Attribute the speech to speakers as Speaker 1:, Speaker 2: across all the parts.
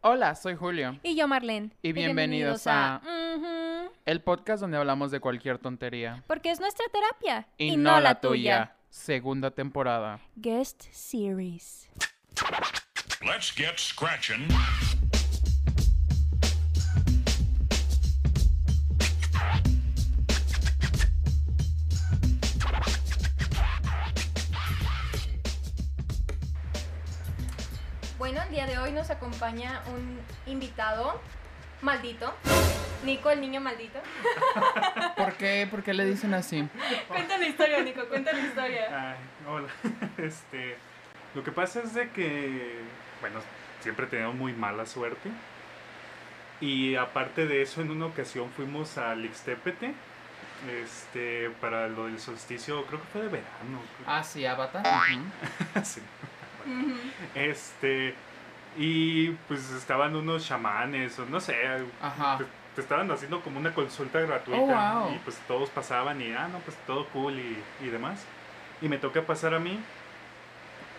Speaker 1: Hola, soy Julio.
Speaker 2: Y yo, Marlene.
Speaker 1: Y bienvenidos a- El podcast donde hablamos de cualquier tontería.
Speaker 2: Porque es nuestra terapia.
Speaker 1: Segunda temporada.
Speaker 2: Guest Series.
Speaker 3: Let's get scratching.
Speaker 2: Bueno, el día de hoy nos acompaña un invitado maldito. Nico, el niño maldito.
Speaker 1: ¿Por qué? ¿Por qué le dicen así?
Speaker 2: Cuenta la historia, Nico, cuenta la historia.
Speaker 4: Ay, hola. Este, lo que pasa es de que, bueno, siempre he tenido muy mala suerte. Y aparte de eso, en una ocasión fuimos al Ixtépete, este, para lo del solsticio, creo que fue de verano. creo.
Speaker 1: Ah, sí, Avatar.
Speaker 4: Sí.
Speaker 2: Ujú.
Speaker 4: Este, y pues estaban unos chamanes, o no sé,
Speaker 1: Ajá.
Speaker 4: te, te estaban haciendo como una consulta gratuita
Speaker 1: Oh, wow.
Speaker 4: y pues todos pasaban y ah no pues todo cool y, y demás y me toca pasar a mí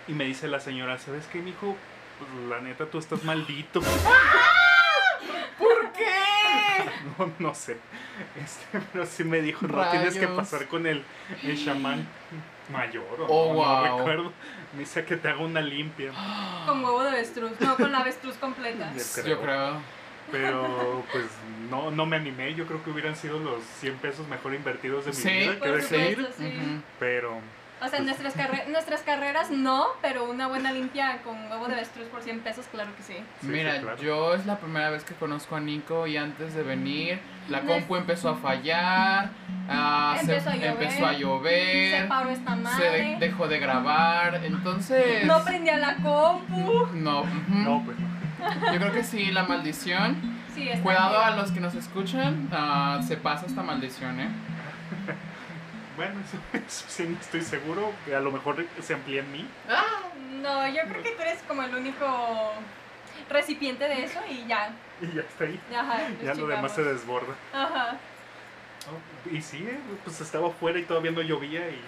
Speaker 4: y me dice la señora sabes qué mijo pues la neta tú estás maldito
Speaker 1: ¿Por qué?
Speaker 4: no no sé este pero sí me dijo no tienes que
Speaker 1: Rayos.
Speaker 4: pasar con el el chamán mayor o
Speaker 1: Oh,
Speaker 4: no, no
Speaker 1: wow.
Speaker 4: recuerdo me dice que te haga una limpia
Speaker 2: Con huevo de avestruz. No, con la avestruz completa.
Speaker 4: Yo creo.
Speaker 1: Yo creo.
Speaker 4: pero pues no no me animé yo creo que hubieran sido los 100 pesos mejor invertidos de mi
Speaker 1: Sí,
Speaker 4: vida que
Speaker 2: Por
Speaker 4: de
Speaker 2: supuesto,
Speaker 4: ir,
Speaker 2: sí.
Speaker 1: Ujú.
Speaker 4: pero
Speaker 2: O sea, nuestras, carre- nuestras carreras no, pero una buena limpia con huevo de avestruz por 100 pesos, claro que sí.
Speaker 4: Sí,
Speaker 1: Mira,
Speaker 4: sí, claro.
Speaker 1: yo es la primera vez que conozco a Nico y antes de venir la
Speaker 2: No
Speaker 1: compu empezó a fallar, ah, se-
Speaker 2: Mm. Empezó
Speaker 1: empezó a
Speaker 2: a llover. Se
Speaker 1: llover,
Speaker 2: paró esta
Speaker 1: Eh, se de-
Speaker 2: madre.
Speaker 1: dejó de grabar, entonces...
Speaker 2: No prendía la compu.
Speaker 1: No, ujú.
Speaker 4: no pues no.
Speaker 1: yo creo que sí, la maldición.
Speaker 2: Sí, está
Speaker 1: Cuidado
Speaker 2: bien.
Speaker 1: a los que nos escuchan, ah, se pasa esta maldición, ¿eh?
Speaker 4: Bueno, eso, eso sí, no estoy seguro. que A lo mejor se amplía en mí.
Speaker 2: No, yo creo que tú eres como el único recipiente de eso y ya.
Speaker 4: Y ya está ahí.
Speaker 2: Ajá, nos
Speaker 4: Ya lo
Speaker 2: chingamos.
Speaker 4: demás se desborda.
Speaker 2: Ajá.
Speaker 4: Y sí, eh, pues estaba afuera y todavía no llovía. Y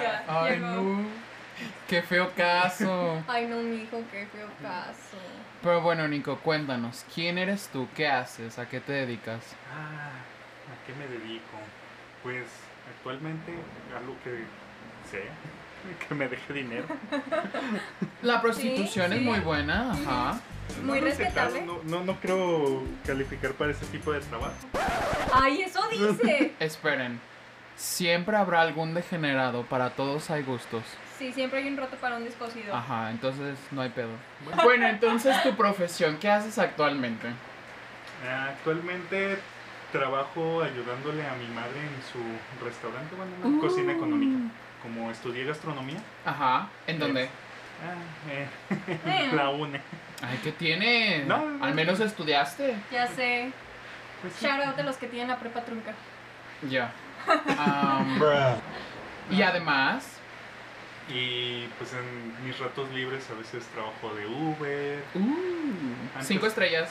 Speaker 2: Ya,
Speaker 1: Ay,
Speaker 2: llegó.
Speaker 1: no. Qué feo caso.
Speaker 2: Ay, no, mijo, qué feo caso.
Speaker 1: Pero bueno, Nico, cuéntanos, ¿quién eres tú? ¿Qué haces? ¿A qué te dedicas?
Speaker 4: Ah, ¿a qué me dedico? Pues actualmente algo que sea, que me deje dinero.
Speaker 1: La prostitución es
Speaker 2: sí.
Speaker 1: muy buena, ajá.
Speaker 2: Muy
Speaker 4: No,
Speaker 2: respetable.
Speaker 4: este No, no, no creo calificar para ese tipo de trabajo.
Speaker 2: Ay, eso dice.
Speaker 1: Esperen, siempre habrá algún degenerado, para todos hay gustos.
Speaker 2: Sí, siempre hay un roto para un descosido.
Speaker 1: Ajá, entonces no hay pedo. Bueno, entonces tu profesión, ¿qué haces actualmente?
Speaker 4: Ah, Actualmente trabajo ayudándole a mi madre en su restaurante, bueno, una
Speaker 1: Uh.
Speaker 4: cocina económica. Como estudié gastronomía,
Speaker 1: Ajá, ¿en dónde?
Speaker 4: ah, eh,
Speaker 2: Eh,
Speaker 4: la une.
Speaker 1: Ay, ¿qué tiene?
Speaker 4: No, no, no.
Speaker 1: Al menos estudiaste.
Speaker 2: Ya sé.
Speaker 4: Pues sí.
Speaker 2: Shout out de los que tienen la prepa trunca.
Speaker 1: Ya. Am, y además,
Speaker 4: Y pues en mis ratos libres a veces trabajo de Uber.
Speaker 1: uh, cinco estrellas.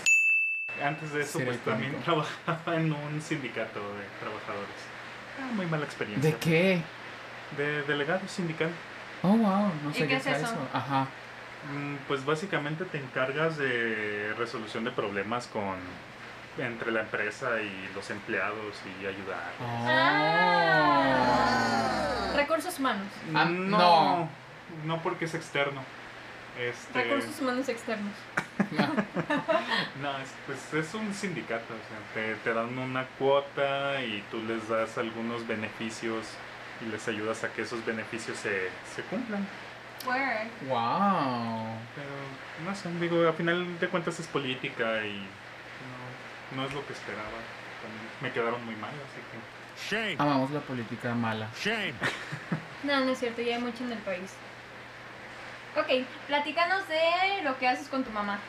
Speaker 4: Antes de eso,
Speaker 1: Ser
Speaker 4: pues también
Speaker 1: económico.
Speaker 4: trabajaba en un sindicato de trabajadores. Ah, muy mala experiencia.
Speaker 1: ¿De qué?
Speaker 4: De delegado sindical.
Speaker 1: Oh, wow, no sé
Speaker 2: ¿Y
Speaker 1: qué,
Speaker 2: qué
Speaker 1: es
Speaker 2: es
Speaker 1: eso.
Speaker 2: eso?
Speaker 1: Ajá.
Speaker 4: Mm, Pues básicamente te encargas de resolución de problemas con entre la empresa y los empleados y ayudar.
Speaker 1: Oh.
Speaker 2: Ah. Recursos humanos.
Speaker 1: Ah, no.
Speaker 4: no, no porque es externo. Este,
Speaker 2: Recursos humanos externos.
Speaker 4: no, es, pues es un sindicato, o sea, te, te dan una cuota y tú les das algunos beneficios y les ayudas a que esos beneficios se, se cumplan.
Speaker 2: Where?
Speaker 1: Wow.
Speaker 4: Pero no sé, digo, a final de cuentas es política y no, no es lo que esperaba. También me quedaron muy mal, así que...
Speaker 3: Shame.
Speaker 1: Amamos la política mala.
Speaker 3: Shame.
Speaker 2: No, no es cierto, ya hay mucho en el país. Ok, platícanos de lo que haces con tu mamá.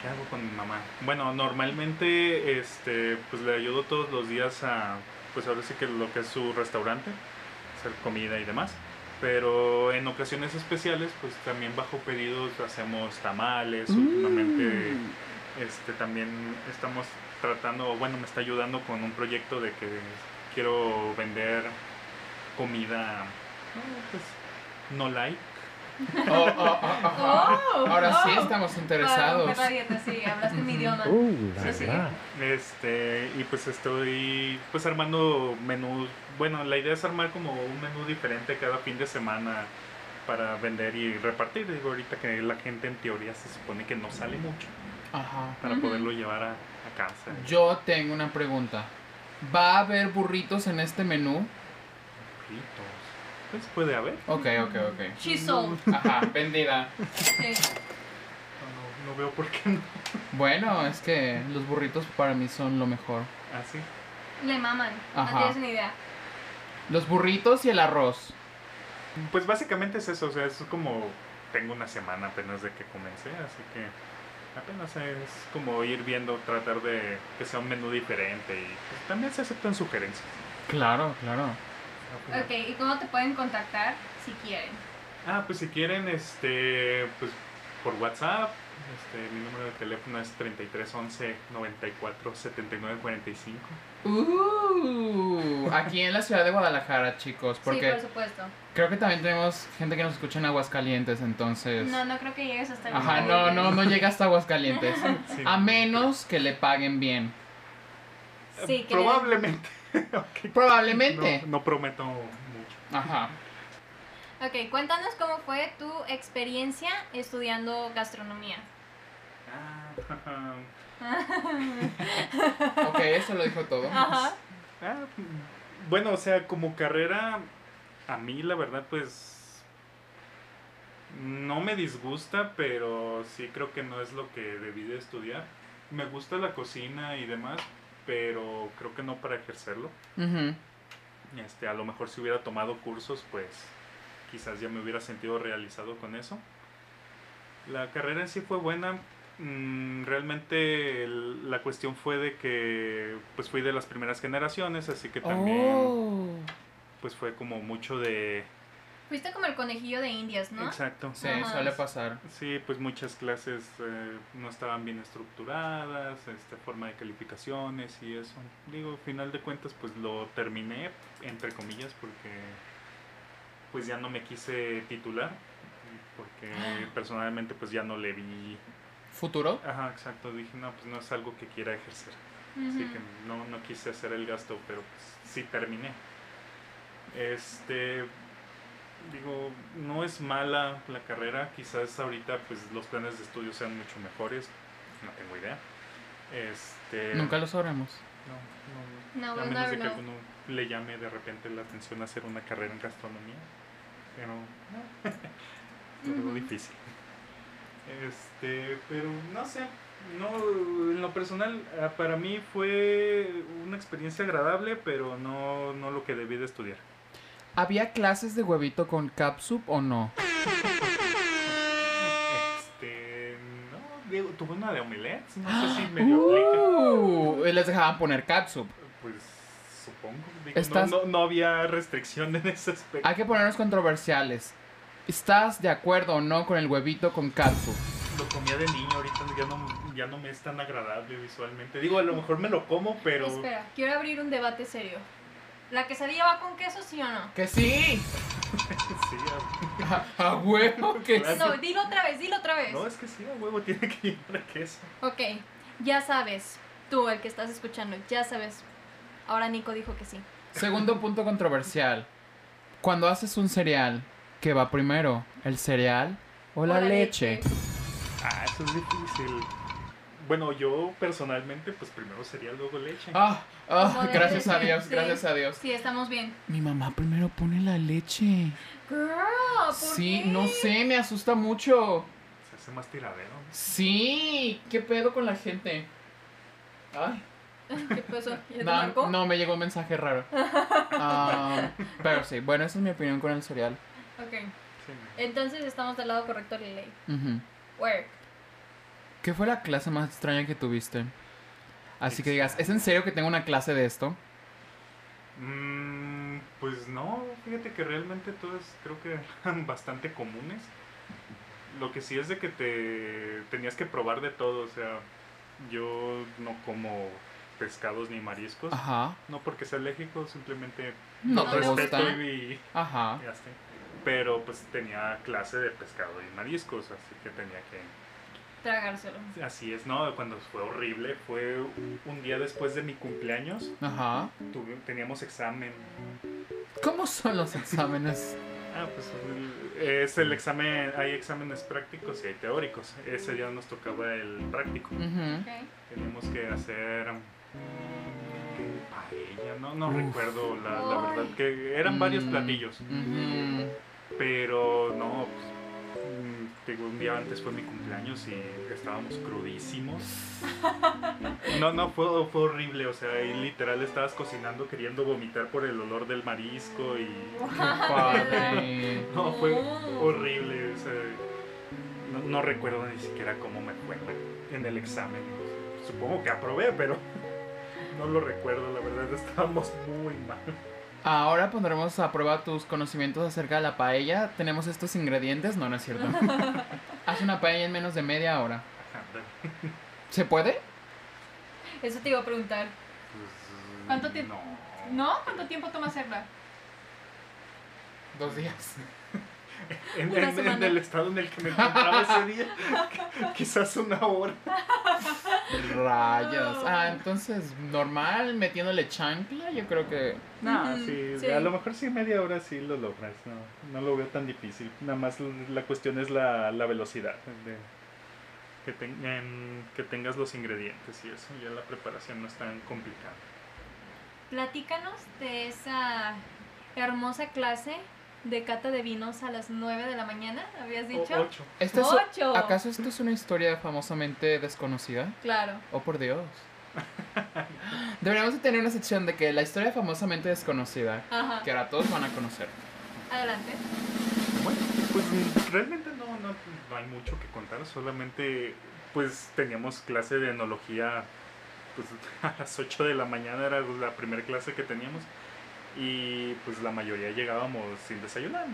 Speaker 4: ¿Qué hago con mi mamá? Bueno, normalmente este, pues le ayudo todos los días a, pues ahora sí que lo que es su restaurante, hacer comida y demás. Pero en ocasiones especiales, pues también bajo pedidos hacemos tamales. Últimamente
Speaker 1: Mm.
Speaker 4: este, también estamos tratando, o bueno, me está ayudando con un proyecto de que quiero vender comida, no, pues, no light.
Speaker 1: Oh, oh, oh, oh, oh.
Speaker 2: ¡Oh!
Speaker 1: Ahora sí
Speaker 2: Oh.
Speaker 1: estamos
Speaker 2: Para romper
Speaker 1: interesados.
Speaker 2: la dieta, sí, hablaste mi idioma.
Speaker 5: Uh, la
Speaker 2: Sí, sí.
Speaker 5: verdad.
Speaker 4: Este, y pues estoy pues armando menús. Bueno, la idea es armar como un menú diferente cada fin de semana para vender y repartir. Digo, ahorita que la gente en teoría se supone que no sale mucho
Speaker 1: Ajá.
Speaker 4: para
Speaker 2: Ujú.
Speaker 4: poderlo llevar a, a casa.
Speaker 1: Yo tengo una pregunta. ¿Va a haber burritos en este menú?
Speaker 4: Burritos. Pues puede haber.
Speaker 1: Ok, ok, ok.
Speaker 2: She's sold.
Speaker 1: Ajá, vendida.
Speaker 2: Sí.
Speaker 4: No, no- no veo por qué no.
Speaker 1: Bueno, es que los burritos para mí son lo mejor.
Speaker 4: Así.
Speaker 2: Le maman.
Speaker 1: Ajá.
Speaker 2: No tienes ni idea.
Speaker 1: Los burritos y el arroz.
Speaker 4: Pues básicamente es eso, o sea, es como tengo una semana apenas de que comencé, así que apenas es como ir viendo, tratar de que sea un menú diferente y pues, también se aceptan sugerencias.
Speaker 1: Claro, claro.
Speaker 2: Ok, ¿y cómo te pueden contactar si quieren?
Speaker 4: Ah, pues si quieren, este, pues por WhatsApp, este, mi número de teléfono es 3311 94 79 45.
Speaker 1: Uh, aquí en la ciudad de Guadalajara, chicos,
Speaker 2: Sí, pues.
Speaker 1: porque
Speaker 2: por supuesto.
Speaker 1: creo que también tenemos gente que nos escucha en Aguascalientes, entonces.
Speaker 2: No, no creo que llegues hasta el
Speaker 1: Pues- Ajá,
Speaker 2: final
Speaker 1: no,
Speaker 2: del-
Speaker 1: no, no llega hasta Aguascalientes.
Speaker 4: Sí.
Speaker 1: A menos que le paguen bien.
Speaker 2: Sí,
Speaker 4: Eh,
Speaker 2: que le den-
Speaker 4: Probablemente. Ok.
Speaker 1: Probablemente.
Speaker 4: No, no prometo mucho.
Speaker 1: Ajá.
Speaker 2: Ok, cuéntanos cómo fue tu experiencia estudiando gastronomía.
Speaker 4: Ah,
Speaker 1: Ok, eso lo dijo todo.
Speaker 2: Ajá.
Speaker 4: Ah, mm, bueno, o sea, como carrera, a mí la verdad, pues no me disgusta, pero sí creo que no es lo que debí de estudiar. Me gusta la cocina y demás, pero creo que no para ejercerlo.
Speaker 1: Ujú.
Speaker 4: Este, a lo mejor si hubiera tomado cursos, pues quizás ya me hubiera sentido realizado con eso. La carrera en sí fue buena. Mm, Realmente el- la cuestión fue de que pues fui de las primeras generaciones, así que también
Speaker 1: Oh.
Speaker 4: pues fue como mucho de...
Speaker 2: Fuiste como el conejillo de indias, ¿no?
Speaker 4: Exacto.
Speaker 1: Sí,
Speaker 2: Ajá.
Speaker 1: suele pasar.
Speaker 4: Sí, pues muchas clases eh, no estaban bien estructuradas, esta forma de calificaciones y eso. Digo, al final de cuentas, pues lo terminé, entre comillas, porque pues ya no me quise titular, porque personalmente pues ya no le vi...
Speaker 1: ¿Futuro?
Speaker 4: Ajá, exacto, dije, no, pues no es algo que quiera ejercer.
Speaker 2: Ujú.
Speaker 4: Así que no, no quise hacer el gasto, pero pues, sí terminé. Este, digo, no es mala la carrera, quizás ahorita pues los planes de estudio sean mucho mejores, no tengo idea. Este,
Speaker 1: Nunca lo sabremos.
Speaker 4: No,
Speaker 2: No,
Speaker 4: no, a
Speaker 2: we'll
Speaker 4: menos de
Speaker 2: never
Speaker 4: que
Speaker 2: know.
Speaker 4: alguno le llame de repente la atención hacer una carrera en gastronomía, pero no. Lo veo
Speaker 2: Ujú.
Speaker 4: difícil. Este, pero no sé. No, en lo personal, ah, para mí fue una experiencia agradable, pero no, no lo que debí de estudiar.
Speaker 1: ¿Había clases de huevito con capsup o no?
Speaker 4: Este, no, digo, tuve una de omelets, no sé si medio aplica.
Speaker 1: ¡Ah! Uh, y les dejaban poner capsup.
Speaker 4: Pues supongo. digo, no-
Speaker 1: Estás-
Speaker 4: no, no había restricción en ese aspecto.
Speaker 1: Hay que ponernos controversiales. ¿Estás de acuerdo o no con el huevito con capsup?
Speaker 4: Lo comía de niño, ahorita ya no, ya no me es tan agradable visualmente. Digo, a lo mejor me lo como, pero.
Speaker 2: Espera, quiero abrir un debate serio. ¿La quesadilla va con queso, sí o no?
Speaker 1: ¡Que sí!
Speaker 4: Sí, a-
Speaker 1: ¡A, a huevo que sí!
Speaker 2: No, dilo otra vez, dilo otra vez.
Speaker 4: no, es que sí, a huevo tiene que llevar queso.
Speaker 2: Ok, ya sabes, tú el que estás escuchando, ya sabes. Ahora Nico dijo que sí.
Speaker 1: Segundo punto controversial. Cuando haces un cereal, ¿qué va primero? ¿El cereal o la,
Speaker 2: O la
Speaker 1: leche?
Speaker 2: leche.
Speaker 4: Ah, eso es difícil. Bueno, yo personalmente, pues primero sería luego leche.
Speaker 1: Ah, ah,
Speaker 2: Como de
Speaker 1: gracias a
Speaker 2: leche,
Speaker 1: Dios,
Speaker 2: sí.
Speaker 1: gracias a Dios.
Speaker 2: Sí, estamos bien.
Speaker 1: Mi mamá primero pone la leche.
Speaker 2: Girl, Ah, ¿por
Speaker 1: Sí,
Speaker 2: qué?
Speaker 1: no sé, me asusta mucho.
Speaker 4: Se hace más tiradero.
Speaker 1: Sí, ¿qué pedo con la gente? Ay,
Speaker 2: ¿Qué pasó? ¿Ya te
Speaker 1: na-
Speaker 2: marcó?
Speaker 1: no, me llegó un mensaje raro. Ah, pero sí, bueno, esa es mi opinión con el cereal.
Speaker 2: Ok,
Speaker 4: Sí, no.
Speaker 2: entonces estamos del lado correcto de la ley.
Speaker 1: Ujú.
Speaker 2: Work.
Speaker 1: ¿Qué fue la clase más extraña que tuviste? Así que digas, ¿es en serio que tengo una clase de esto?
Speaker 4: Mm, pues no, fíjate que realmente todas creo que eran bastante comunes. Lo que sí es de que te tenías que probar de todo, o sea, yo no como pescados ni mariscos.
Speaker 1: Ajá.
Speaker 4: No porque sea alérgico, simplemente
Speaker 1: No
Speaker 2: No
Speaker 1: te
Speaker 2: te
Speaker 1: gusta.
Speaker 4: respeto y,
Speaker 1: Ajá.
Speaker 4: y así. pero pues tenía clase de pescado y mariscos, así que tenía que...
Speaker 2: Tragárselo.
Speaker 4: Así es, ¿no? Cuando fue horrible, fue un día después de mi cumpleaños,
Speaker 1: Ajá.
Speaker 4: tuve- teníamos examen.
Speaker 1: ¿Cómo son los exámenes?
Speaker 4: Ah, pues el- es el examen, hay exámenes prácticos y hay teóricos. Ese día nos tocaba el práctico.
Speaker 1: Ujú.
Speaker 2: Ok.
Speaker 4: Teníamos que hacer um, que paella, no, no
Speaker 1: Uf.
Speaker 4: recuerdo la, la
Speaker 2: Ay.
Speaker 4: verdad que eran varios
Speaker 1: Mm,
Speaker 4: platillos,
Speaker 1: ujú.
Speaker 4: pero no, pues, mm, digo, un día antes fue mi cumpleaños y estábamos crudísimos. No, no, fue, fue horrible, o sea, y literal estabas cocinando queriendo vomitar por el olor del marisco y
Speaker 1: Qué
Speaker 2: Ah,
Speaker 1: padre.
Speaker 4: no, fue
Speaker 2: No.
Speaker 4: horrible. o sea, no, no recuerdo ni siquiera cómo me fue en el examen. Supongo que aprobé, pero no lo recuerdo. La verdad, estábamos muy mal.
Speaker 1: Ahora pondremos a prueba tus conocimientos acerca de la paella. Tenemos estos ingredientes. No, no es cierto. Haz una paella en menos de media hora.
Speaker 4: Ándale.
Speaker 1: ¿Se puede?
Speaker 2: Eso te iba a preguntar.
Speaker 4: Pues,
Speaker 5: ¿Cuánto tiempo?
Speaker 4: No.
Speaker 5: ¿No? ¿Cuánto tiempo toma hacerla?
Speaker 1: Dos días.
Speaker 4: En,
Speaker 2: Una
Speaker 4: en- en
Speaker 2: semana.
Speaker 4: el estado en el que me encontraba ese día, quizás una hora.
Speaker 1: Rayos. Ah, entonces, normal, metiéndole chancla, yo creo que.
Speaker 4: No,
Speaker 2: Ujú,
Speaker 4: sí,
Speaker 2: sí.
Speaker 4: a lo mejor sí media hora sí lo logras, no, no lo veo tan difícil, nada más l- la cuestión es la, la velocidad. de- que, ten- em, que tengas los ingredientes y eso, ya la preparación no es tan complicada.
Speaker 2: Platícanos de esa hermosa clase de cata de vinos a las 9 de la mañana, habías
Speaker 4: O-
Speaker 2: dicho.
Speaker 4: ocho.
Speaker 1: Esto es-
Speaker 2: Ocho.
Speaker 1: ¿Acaso esto es una historia famosamente desconocida?
Speaker 2: Claro.
Speaker 1: Oh, por Dios. Deberíamos de tener una sección de que la historia famosamente desconocida,
Speaker 2: Ajá.
Speaker 1: que ahora todos van a conocer.
Speaker 2: Adelante.
Speaker 4: Bueno, pues realmente no, no, no hay mucho que contar, solamente pues teníamos clase de enología pues, a las 8 de la mañana, era la primera clase que teníamos y pues la mayoría llegábamos sin desayunar.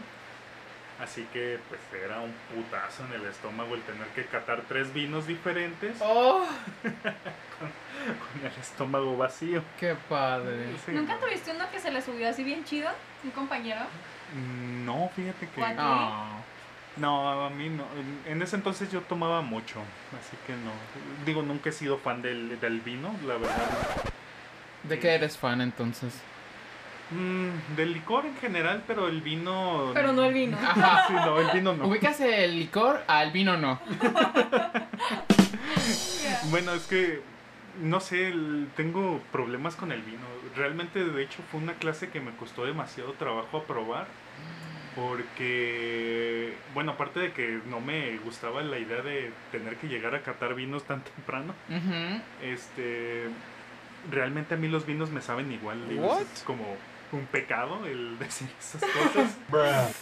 Speaker 4: Así que pues era un putazo en el estómago el tener que catar tres vinos diferentes
Speaker 1: ¡Oh!
Speaker 4: con el estómago vacío.
Speaker 1: ¡Qué padre!
Speaker 4: Sí.
Speaker 2: ¿Nunca tuviste uno que se le subió así bien chido? ¿Un compañero?
Speaker 4: Mm, No, fíjate que...
Speaker 2: ¿Cuál?
Speaker 1: Ah.
Speaker 4: No, a mí no. En ese entonces yo tomaba mucho, así que no. Digo, nunca he sido fan del, del vino, la verdad.
Speaker 1: ¿De qué eres fan entonces?
Speaker 4: Mm, del licor en general, pero el vino...
Speaker 2: Pero no el vino.
Speaker 1: Ajá.
Speaker 4: Sí, no, el vino no.
Speaker 1: Ubicas el licor al vino no.
Speaker 4: Bueno, es que, no sé, el- tengo problemas con el vino. Realmente, de hecho, fue una clase que me costó demasiado trabajo aprobar. Porque, bueno, aparte de que no me gustaba la idea de tener que llegar a catar vinos tan temprano,
Speaker 1: Ujú.
Speaker 4: Este. Realmente a mí los vinos me saben igual. digo,
Speaker 1: What?
Speaker 4: Es como un pecado el decir esas cosas.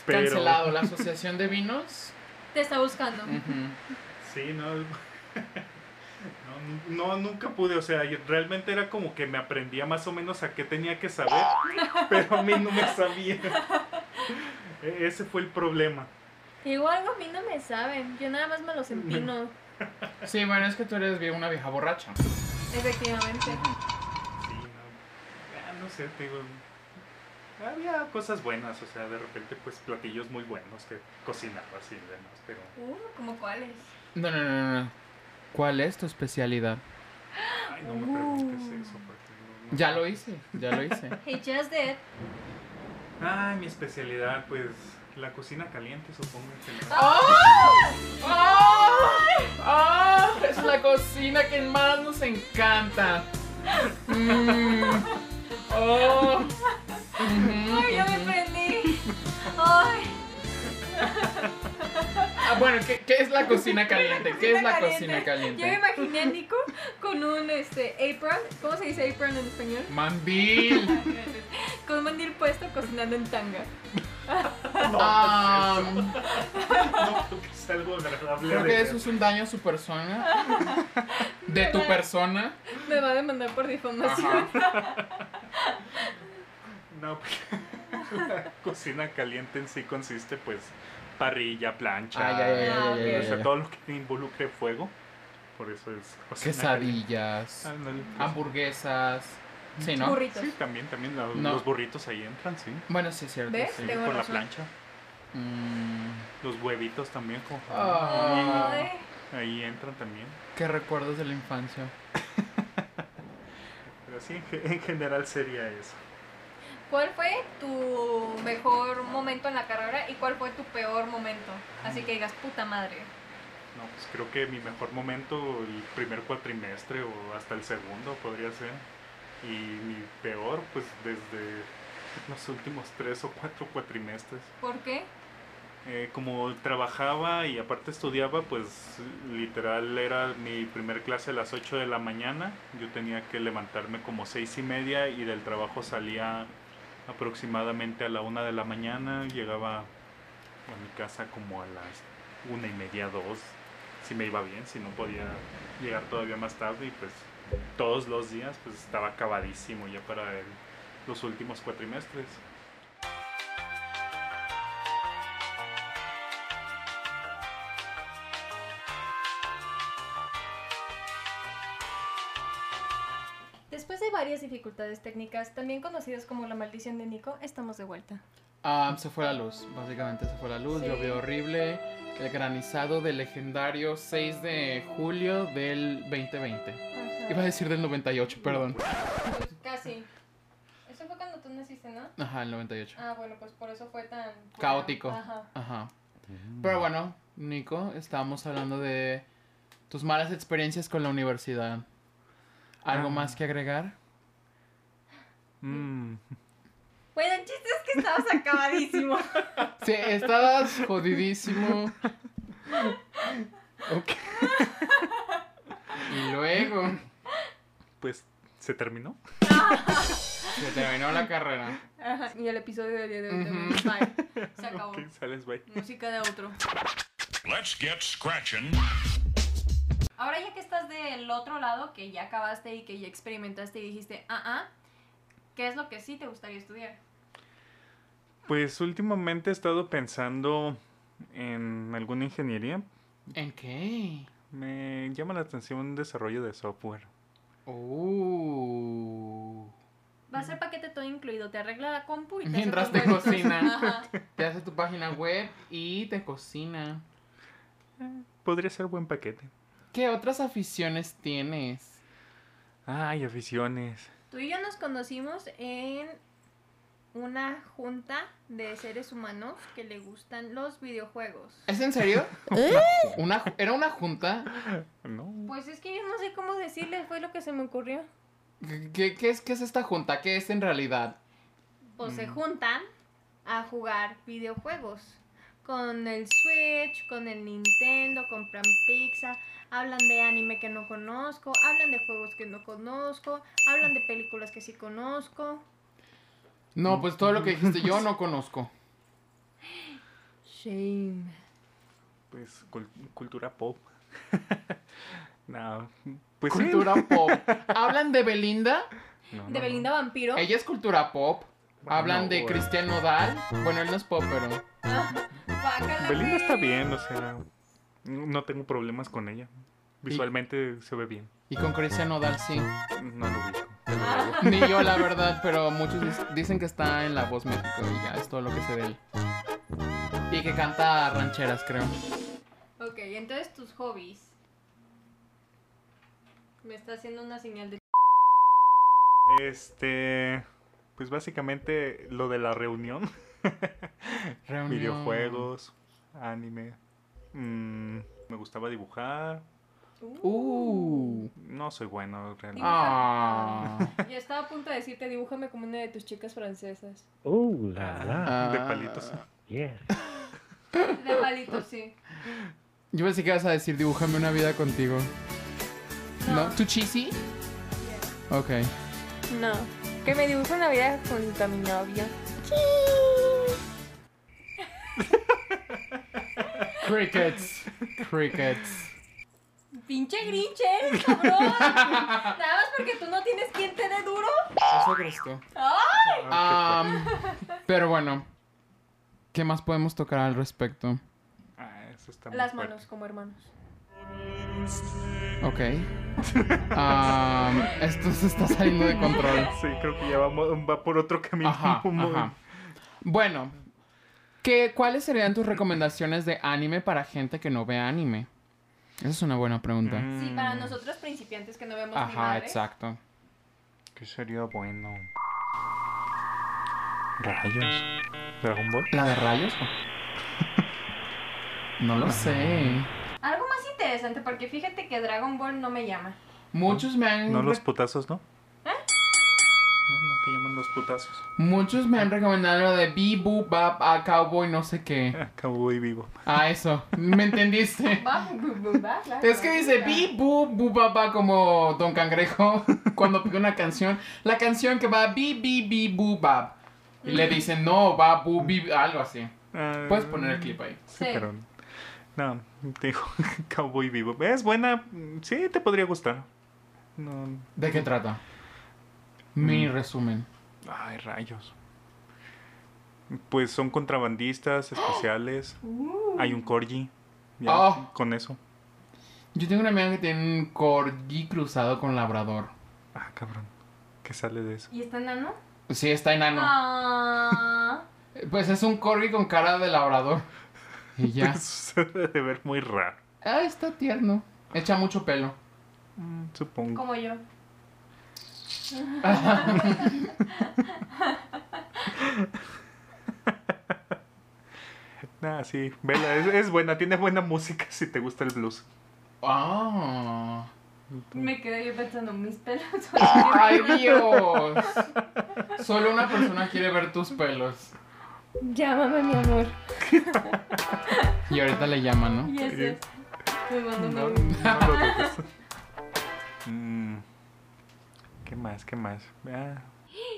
Speaker 4: Pero-
Speaker 1: Cancelado la asociación de vinos.
Speaker 2: Te está buscando.
Speaker 1: Mm. Ujú.
Speaker 4: Sí, no. no, No, nunca pude, o sea, yo- realmente era como que me aprendía más o menos a qué tenía que saber, pero a mí no me sabía. E- Ese fue el problema.
Speaker 2: Igual algo a mí no me saben. Yo nada más me los empino.
Speaker 1: Mm. Sí, bueno, es que tú eres vi- una vieja borracha.
Speaker 2: Efectivamente.
Speaker 4: Sí, no. ah, No sé, te digo. Había cosas buenas, o sea, de repente, pues platillos muy buenos que cocinabas y demás, pero.
Speaker 1: Mm.
Speaker 2: Uh, ¿cómo cuáles?
Speaker 1: No, no, no, no. ¿Cuál es tu especialidad?
Speaker 4: Ay, no me
Speaker 2: Uh.
Speaker 4: preguntes eso porque no- no-
Speaker 1: Ya lo hice, ya lo hice.
Speaker 2: Hey, just did.
Speaker 4: Ay, Ah, mi especialidad, pues la cocina caliente, supongo. en general.
Speaker 1: ¡Oh! ¡Oh! Es la cocina que más nos encanta. Mm. ¡Oh! Mm-hmm. Ujú,
Speaker 2: Ay, yo me
Speaker 1: ujú.
Speaker 2: prendí. Ay,
Speaker 1: Ah, bueno, ¿qué, qué es la cocina caliente? ¿Qué es la cocina
Speaker 2: Yo me
Speaker 1: caliente?
Speaker 2: imaginé a Nico con un este apron. ¿Cómo se dice apron en español?
Speaker 1: Mambil.
Speaker 2: Con un mandil puesto cocinando en tanga.
Speaker 4: No, pues,
Speaker 1: Ah,
Speaker 4: no creo que sea algo agradable.
Speaker 1: creo
Speaker 4: de
Speaker 1: que
Speaker 4: ver.
Speaker 1: eso es un daño a su persona. De tu persona.
Speaker 2: Me va a demandar por difamación.
Speaker 4: No, pues, la cocina caliente en sí consiste, pues, parrilla, plancha,
Speaker 1: Ay, ay, ay,
Speaker 2: Ah,
Speaker 1: ay, ay,
Speaker 2: ok.
Speaker 1: ay,
Speaker 4: o sea,
Speaker 1: ay.
Speaker 4: todo lo que involucre fuego. Por eso es cocina caliente.
Speaker 1: Quesadillas,
Speaker 4: Ah, no, el-
Speaker 1: hamburguesas. Sí, ¿no?
Speaker 2: Burritos.
Speaker 4: Sí, también, también la-
Speaker 1: No.
Speaker 4: los burritos ahí entran, sí.
Speaker 1: Bueno, sí es cierto.
Speaker 2: ¿Ves?
Speaker 1: sí.
Speaker 4: Sí,
Speaker 2: Tengo
Speaker 4: con la
Speaker 2: razón.
Speaker 4: plancha.
Speaker 1: Mm.
Speaker 4: Los huevitos también, como
Speaker 1: Ah.
Speaker 2: Ay,
Speaker 4: ahí entran también.
Speaker 1: ¿Qué recuerdos de la infancia?
Speaker 4: Pero sí, en ge- en general sería eso.
Speaker 2: ¿Cuál fue tu mejor momento en la carrera y cuál fue tu peor momento? Así que digas, puta madre.
Speaker 4: No, pues creo que mi mejor momento, el primer cuatrimestre o hasta el segundo podría ser. Y mi peor, pues desde los últimos tres o cuatro cuatrimestres.
Speaker 2: ¿Por qué?
Speaker 4: Eh, como trabajaba y aparte estudiaba, pues literal era mi primer clase a las 8 de la mañana. Yo tenía que levantarme como seis y media y del trabajo salía aproximadamente a la 1 de la mañana. Llegaba a mi casa como a las una y media, dos, si me iba bien, si no podía llegar todavía más tarde. Y pues todos los días pues estaba acabadísimo ya para el- los últimos cuatrimestres.
Speaker 2: Después de varias dificultades técnicas, también conocidas como la maldición de Nico, estamos de vuelta.
Speaker 1: Ah, se fue la luz, básicamente se fue la luz,
Speaker 2: Sí.
Speaker 1: llovió horrible. El granizado del legendario 6 de julio del 2020. Iba a decir del 98, perdón.
Speaker 2: Pues casi. Eso fue cuando tú naciste, ¿no?
Speaker 1: Ajá, el 98.
Speaker 2: Ah, bueno, pues por eso fue tan...
Speaker 1: Caótico.
Speaker 2: Ajá.
Speaker 1: Ajá. Pero bueno, Nico, estábamos hablando de tus malas experiencias con la universidad. ¿Algo
Speaker 4: Ah.
Speaker 1: más que agregar?
Speaker 4: Mm.
Speaker 2: Bueno, el chiste es que estabas acabadísimo.
Speaker 1: Sí, estabas jodidísimo. Ok. Y luego
Speaker 4: Pues se terminó.
Speaker 1: se terminó la carrera.
Speaker 2: Ajá. Y el episodio del día de hoy también.
Speaker 1: Ujú.
Speaker 2: Bye. Se acabó.
Speaker 4: Ok, sales, bye.
Speaker 2: Música de otro.
Speaker 3: Let's get scratching.
Speaker 2: Ahora ya que estás del otro lado, que ya acabaste y que ya experimentaste y dijiste, ah, ah, ¿qué es lo que sí te gustaría estudiar?
Speaker 4: Pues últimamente he estado pensando en alguna ingeniería.
Speaker 1: ¿En qué?
Speaker 4: Me llama la atención desarrollo de software.
Speaker 1: Oh.
Speaker 2: Va a ser paquete todo incluido, te arregla la compu y te hace
Speaker 1: Mientras
Speaker 2: tus
Speaker 1: te
Speaker 2: huevitos.
Speaker 1: cocinan.
Speaker 2: Ajá.
Speaker 1: Te hace tu página web y te cocina.
Speaker 4: Podría ser buen paquete.
Speaker 1: ¿Qué otras aficiones tienes?
Speaker 4: Ay, aficiones.
Speaker 2: Tú y yo nos conocimos en una junta de seres humanos que le gustan los videojuegos.
Speaker 1: ¿Es en serio? Una, ju- ¿Era una junta?
Speaker 4: No.
Speaker 2: Pues es que yo no sé cómo decirles, fue lo que se me ocurrió.
Speaker 1: ¿Qué, qué es, ¿Qué es esta junta? ¿Qué es en realidad?
Speaker 2: Pues se
Speaker 4: Mm.
Speaker 2: juntan a jugar videojuegos. Con el Switch, con el Nintendo, compran pizza, hablan de anime que no conozco, hablan de juegos que no conozco, hablan de películas que sí conozco.
Speaker 1: No, pues todo lo que dijiste yo no conozco.
Speaker 2: Shame.
Speaker 4: Pues cul- cultura pop. no. Pues sí.
Speaker 1: Cultura pop. ¿Hablan de Belinda?
Speaker 4: No, no,
Speaker 2: De Belinda Vampiro.
Speaker 1: Ella es cultura pop.
Speaker 4: Bueno,
Speaker 1: Hablan de
Speaker 4: bueno.
Speaker 1: Cristian Nodal. Bueno, él no es pop, pero...
Speaker 4: no.
Speaker 2: Guácala,
Speaker 4: Belinda está
Speaker 2: güey.
Speaker 4: bien, o sea, no no tengo problemas con ella. Visualmente se ve bien.
Speaker 1: Y con Cristian Nodal sí.
Speaker 4: No lo ubico. te lo digo.
Speaker 1: Ni yo, la verdad, pero muchos dis- dicen que está en La Voz México y ya es todo lo que sé de él. Y que canta rancheras, creo.
Speaker 2: Ok, entonces tus hobbies. Me está haciendo una señal de...
Speaker 4: Este, pues básicamente lo de la reunión,
Speaker 1: Reunión.
Speaker 4: videojuegos, anime. Mm, me gustaba dibujar.
Speaker 1: Uh.
Speaker 4: No soy bueno realmente.
Speaker 2: Ah.
Speaker 1: Ah.
Speaker 2: Yo estaba a punto de decirte, dibújame como una de tus chicas francesas.
Speaker 5: Oh la la,
Speaker 4: De
Speaker 1: Ah.
Speaker 4: palitos.
Speaker 5: yes.
Speaker 2: De palitos, sí.
Speaker 1: Yo pensé que ibas a decir, dibújame una vida contigo. ¿No? ¿Tu cheesy? Ok.
Speaker 6: No, que me dibujo una vida junto a mi novio.
Speaker 1: Crickets. Crickets.
Speaker 2: Pinche grinch eres, cabrón. Nada más porque tú no tienes quien te dé duro.
Speaker 1: Eso crees tú.
Speaker 4: Ah,
Speaker 1: Am, pero bueno, ¿qué más podemos tocar al respecto?
Speaker 4: qué fuerte. Ah, eso está muy
Speaker 2: Las
Speaker 4: fuerte.
Speaker 2: manos como hermanos.
Speaker 1: Ok. Am, esto se está saliendo de control.
Speaker 4: Sí, creo que ya vamos, va por otro camino.
Speaker 1: Ajá,
Speaker 4: muy-
Speaker 1: ajá. Bueno, ¿Qué, ¿Cuáles serían tus recomendaciones de anime para gente que no ve anime? Esa es una buena pregunta.
Speaker 4: Mm,
Speaker 2: Sí, para nosotros principiantes que no vemos ni
Speaker 1: Ajá,
Speaker 2: madres.
Speaker 1: exacto.
Speaker 4: ¿Qué sería bueno? Rayos. Dragon Ball.
Speaker 1: ¿La de rayos? no lo sé.
Speaker 2: Algo más interesante, porque fíjate que Dragon Ball no me llama.
Speaker 1: Muchos me han
Speaker 4: No
Speaker 1: re-
Speaker 4: los putazos, ¿no? No, no te llaman los putazos.
Speaker 1: muchos me han
Speaker 4: Ah.
Speaker 1: recomendado lo de Bibu, Bab, a Cowboy, no sé qué.
Speaker 4: Acabo y vivo.
Speaker 1: Ah, eso. ¿Me entendiste?
Speaker 2: Va, bu, bu, va, va,
Speaker 1: Es que
Speaker 2: va,
Speaker 1: dice
Speaker 2: va.
Speaker 1: bi bu bu ba, ba", como Don Cangrejo cuando pide una canción. La canción que va bi bi bi bu bab. Y le dicen no, va bu bi algo así.
Speaker 4: Ah,
Speaker 1: Puedes poner el clip ahí.
Speaker 2: Sí.
Speaker 4: Sí, pero. No, te digo, Cowboy Vivo. Es buena, mm, sí, te podría gustar. No.
Speaker 1: ¿De qué trata? Mi resumen.
Speaker 4: Ay, rayos. Pues son contrabandistas especiales.
Speaker 2: Uh,
Speaker 4: Hay un corgi. Ya,
Speaker 1: Ah.
Speaker 4: con eso.
Speaker 1: Yo tengo una amiga que tiene un corgi cruzado con labrador.
Speaker 4: Ah, cabrón. ¿Qué sale de eso?
Speaker 2: ¿Y está enano?
Speaker 1: Sí, está enano.
Speaker 2: Ah,
Speaker 1: Pues es un corgi con cara de labrador. Y ya.
Speaker 4: Se debe de ver muy raro.
Speaker 1: Ah, está tierno. Echa mucho pelo.
Speaker 4: Mm, Supongo.
Speaker 2: como yo.
Speaker 4: Ah, sí, vela, es, es buena, tiene buena música si te gusta el blues.
Speaker 1: Ah.
Speaker 2: Me quedé yo pensando, mis pelos son
Speaker 1: ¡Ay, Dios! Solo una persona quiere ver tus pelos.
Speaker 6: Llámame, mi amor.
Speaker 1: Y ahorita le llaman, ¿no?
Speaker 2: Y ese es. Me mando
Speaker 4: No,
Speaker 2: un
Speaker 4: no lo dudes. Mm, ¿Qué más? ¿Qué más? Ah,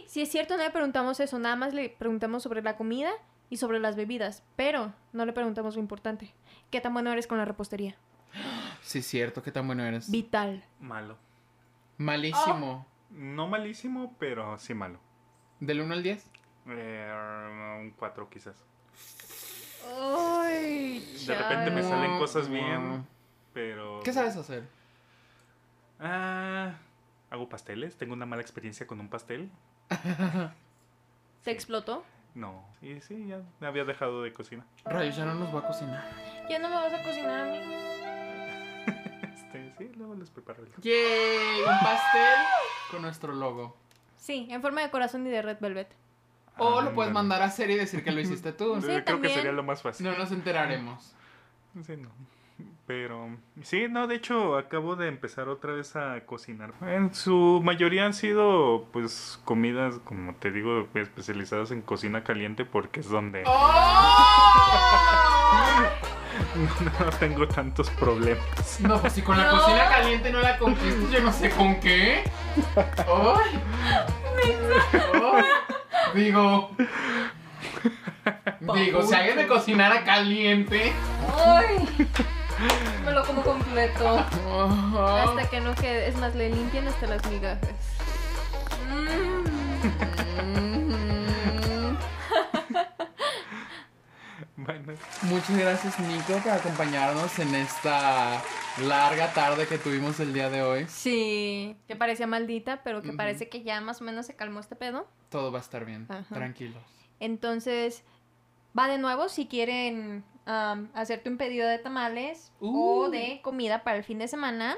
Speaker 2: Si es cierto, no le preguntamos eso, nada más le preguntamos sobre la comida y sobre las bebidas, pero no le preguntamos lo importante. ¿Qué tan bueno eres con la repostería?
Speaker 1: Sí, cierto, qué tan bueno eres.
Speaker 2: Vital.
Speaker 4: malo.
Speaker 1: Malísimo.
Speaker 4: No malísimo, pero sí malo.
Speaker 1: ¿Del 1 al 10?
Speaker 4: Eh, un 4 quizás.
Speaker 2: Uy,
Speaker 4: De repente me
Speaker 2: chale.
Speaker 4: salen cosas bien, pero...
Speaker 1: ¿Qué sabes hacer?
Speaker 4: Ah, hago pasteles. Tengo una mala experiencia con un pastel.
Speaker 2: ¿Te explotó?
Speaker 4: No. Y sí, ya había dejado de cocina.
Speaker 1: Rayos, ya no nos va a cocinar.
Speaker 2: Ya no me vas a cocinar a mí.
Speaker 4: Este, sí, luego les preparo el...
Speaker 1: ¡Yay! Un pastel con nuestro logo.
Speaker 2: Sí, en forma de corazón y de red velvet.
Speaker 1: O lo puedes
Speaker 4: Ah, Ándale. Eh,
Speaker 1: mandar a hacer y decir que lo hiciste tú.
Speaker 2: Sí,
Speaker 4: Creo que
Speaker 2: también.
Speaker 4: sería lo más fácil.
Speaker 1: No nos enteraremos.
Speaker 4: Sí, no. Pero sí, no, de hecho acabo de empezar otra vez a cocinar. En su mayoría han sido pues comidas, como te digo, especializadas en cocina caliente porque es donde
Speaker 1: Oh,
Speaker 4: no tengo tantos problemas.
Speaker 1: No, pues si con la
Speaker 2: No.
Speaker 1: cocina caliente no la conquistas, yo no sé con qué. ¡Ay! Ay. Digo. Digo, si alguien me cocinara caliente.
Speaker 2: ¡Uy! Me lo como completo.
Speaker 1: Ajá.
Speaker 2: Hasta que no quede. Es más, le limpian hasta las migajas. Mm.
Speaker 1: Mm.
Speaker 4: Bueno,
Speaker 1: Muchas gracias, Nico, por acompañarnos en esta larga tarde que tuvimos el día de hoy.
Speaker 2: Sí, que parecía maldita, pero que
Speaker 1: Ujú.
Speaker 2: parece que ya más o menos se calmó este pedo.
Speaker 1: Todo va a estar bien.
Speaker 2: Ajá.
Speaker 1: Tranquilos.
Speaker 2: Entonces, va de nuevo si quieren am, hacerte un pedido de tamales
Speaker 1: Uh.
Speaker 2: o de comida para el fin de semana.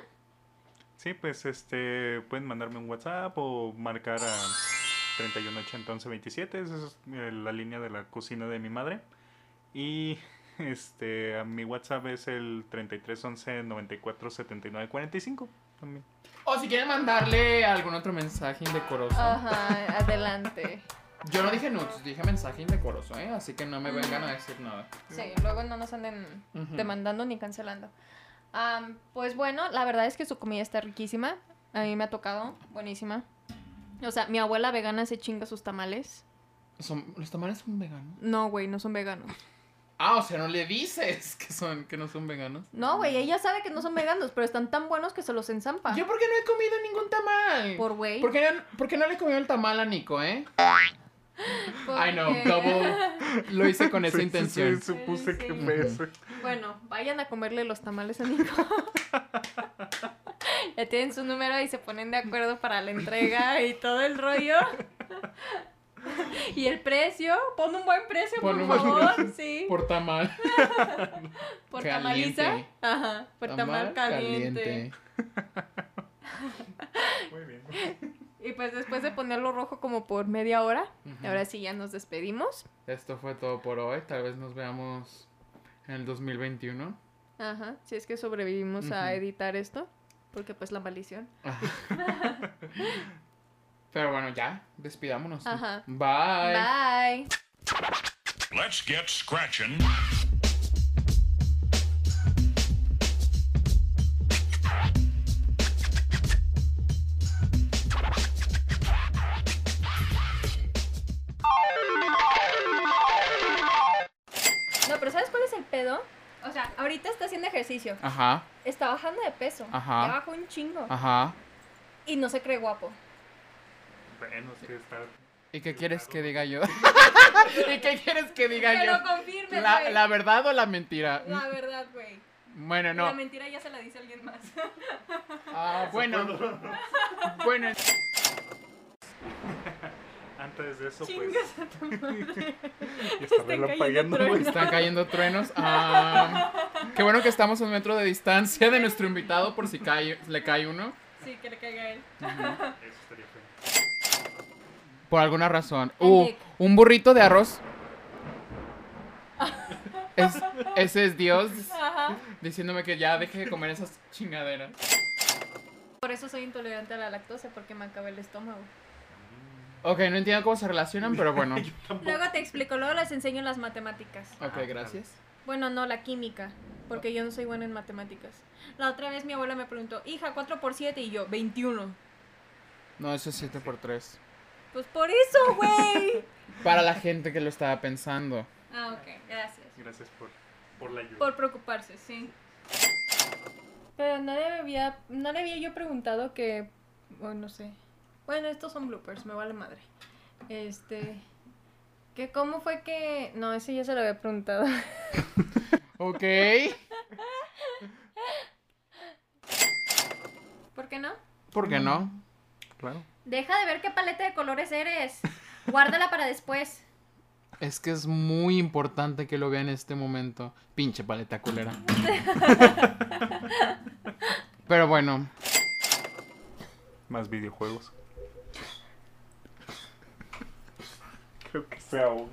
Speaker 4: sí, pues este pueden mandarme un WhatsApp o marcar a 3180 1127, esa es eh, la línea de la cocina de mi madre. Y este a mi WhatsApp es el 3311 94 79 45 también.
Speaker 1: O si quieren mandarle algún otro mensaje indecoroso.
Speaker 2: Ajá, adelante.
Speaker 1: Yo no dije nudes, dije mensaje indecoroso, ¿eh? Así que no me vengan a decir nada.
Speaker 2: Mm. Sí, luego no nos anden
Speaker 1: Ujú.
Speaker 2: demandando ni cancelando. Am, pues bueno, la verdad es que su comida está riquísima. A mí me ha tocado, buenísima. O sea, mi abuela vegana se chinga sus tamales.
Speaker 1: Son- ¿Los tamales son veganos?
Speaker 2: No, güey, no son veganos.
Speaker 1: Ah, o sea, no le dices que, son, que no son veganos.
Speaker 2: No, güey, ella sabe que no son veganos, pero están tan buenos que se los enzampa.
Speaker 1: Yo porque no he comido ningún tamal.
Speaker 2: Por güey.
Speaker 1: ¿Por qué, no, por qué no le he comido el tamal a Nico, eh?
Speaker 2: Porque-
Speaker 1: I know, double. Lo hice con esa
Speaker 4: Sí, sí,
Speaker 1: intención.
Speaker 4: sí, supuse
Speaker 2: Sí,
Speaker 4: que
Speaker 2: sí.
Speaker 4: fue
Speaker 1: Ujú.
Speaker 4: eso.
Speaker 2: Bueno, vayan a comerle los tamales a Nico. ya tienen su número y se ponen de acuerdo para la entrega y todo el rollo. Y el precio, pon un buen precio,
Speaker 1: Pon
Speaker 2: por
Speaker 1: un buen
Speaker 2: favor. Sí. Por,
Speaker 1: Por tamal.
Speaker 2: tamaliza.
Speaker 1: caliente.
Speaker 2: Ajá. Por tamal, caliente.
Speaker 4: Muy bien.
Speaker 2: Y pues después de ponerlo rojo como por media hora,
Speaker 1: Ujú.
Speaker 2: ahora sí ya nos despedimos.
Speaker 1: Esto fue todo por hoy. Tal vez nos veamos en el 2021.
Speaker 2: Ajá. Si es que sobrevivimos a
Speaker 1: Ujú.
Speaker 2: editar esto. Porque pues la maldición.
Speaker 1: Pero bueno, ya, despidámonos.
Speaker 2: Ajá.
Speaker 1: Bye.
Speaker 2: Bye.
Speaker 3: Let's get scratching.
Speaker 2: No, pero ¿sabes cuál es el pedo? O sea, ahorita está haciendo ejercicio.
Speaker 1: Ajá,
Speaker 2: Está bajando de peso.
Speaker 1: Ajá.
Speaker 2: Ya bajó un chingo.
Speaker 1: ajá.
Speaker 2: Y no se cree guapo.
Speaker 4: Bueno, es que está.
Speaker 1: ¿Y qué quieres que diga yo? ¿Y qué quieres que diga
Speaker 2: Que lo
Speaker 1: yo?
Speaker 2: confirme,
Speaker 1: ¿La,
Speaker 2: güey.
Speaker 1: la verdad o la mentira?
Speaker 2: La verdad, güey.
Speaker 1: Bueno,
Speaker 2: La
Speaker 1: no.
Speaker 2: mentira ya se la dice alguien más.
Speaker 1: Ah, bueno. Bueno,
Speaker 4: Antes de eso, pues.
Speaker 2: Chingas a tu madre.
Speaker 4: y hasta
Speaker 2: están cayendo
Speaker 4: verlo apagando,
Speaker 2: truenos.
Speaker 4: güey.
Speaker 1: están cayendo truenos. Ah, qué bueno que estamos a un metro de distancia de nuestro invitado por si cae, le cae uno.
Speaker 2: Sí, que le caiga a él.
Speaker 4: Eso estaría feo.
Speaker 1: Por alguna razón.
Speaker 2: El
Speaker 1: Uh,
Speaker 2: dick.
Speaker 1: un burrito de arroz. Es- ese es Dios
Speaker 2: Ajá.
Speaker 1: diciéndome que ya deje de comer esas chingaderas.
Speaker 2: Por eso soy intolerante a la lactosa, porque me acaba el estómago.
Speaker 1: Ok, no entiendo cómo se relacionan, pero bueno.
Speaker 2: Luego te explico, luego les enseño las matemáticas.
Speaker 1: Ok, gracias.
Speaker 2: Bueno, no, la química, porque yo no soy buena en matemáticas. La otra vez mi abuela me preguntó, hija, 4 por 7 y yo, 21.
Speaker 1: No, eso es 7 por 3
Speaker 2: Pues por eso, güey.
Speaker 1: Para la gente que lo estaba pensando.
Speaker 2: ah, ok, gracias.
Speaker 4: Gracias por, por la ayuda.
Speaker 2: Por preocuparse, sí. Pero no le había, no le había yo preguntado que, bueno, no sé. Bueno, estos son bloopers, me vale madre. Este, que cómo fue que, no, ese ya se lo había preguntado.
Speaker 1: Ok.
Speaker 2: ¿Por qué no?
Speaker 1: ¿Por qué no?
Speaker 4: Claro.
Speaker 2: Deja de ver qué paleta de colores eres. Guárdala para después.
Speaker 1: Es que es muy importante que lo vean en este momento. Pinche paleta culera. Pero bueno.
Speaker 4: Más videojuegos. Creo que se ahoga.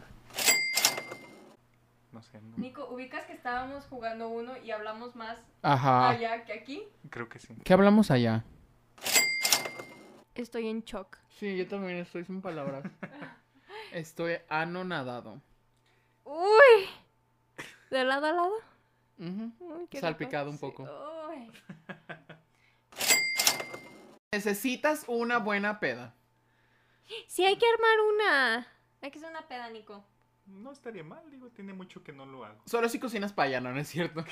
Speaker 4: No sé, no-
Speaker 2: Nico, ¿ubicas que estábamos jugando uno y hablamos más
Speaker 1: Ajá.
Speaker 2: allá que aquí?
Speaker 4: creo que sí.
Speaker 1: ¿Qué hablamos allá?
Speaker 2: Estoy en shock.
Speaker 1: Sí, yo también estoy sin palabras. Estoy anonadado.
Speaker 2: ¡Uy! ¿De lado a lado?
Speaker 1: Ujú.
Speaker 2: Uy, qué rico.
Speaker 1: Salpicado un
Speaker 2: Sí.
Speaker 1: poco.
Speaker 2: Uy.
Speaker 1: Necesitas una buena peda.
Speaker 2: Sí, hay que armar una. Hay que hacer una peda, Nico.
Speaker 4: No estaría mal, digo, tiene mucho que no lo hago.
Speaker 1: Solo si cocinas para allá, ¿no? ¿No es cierto?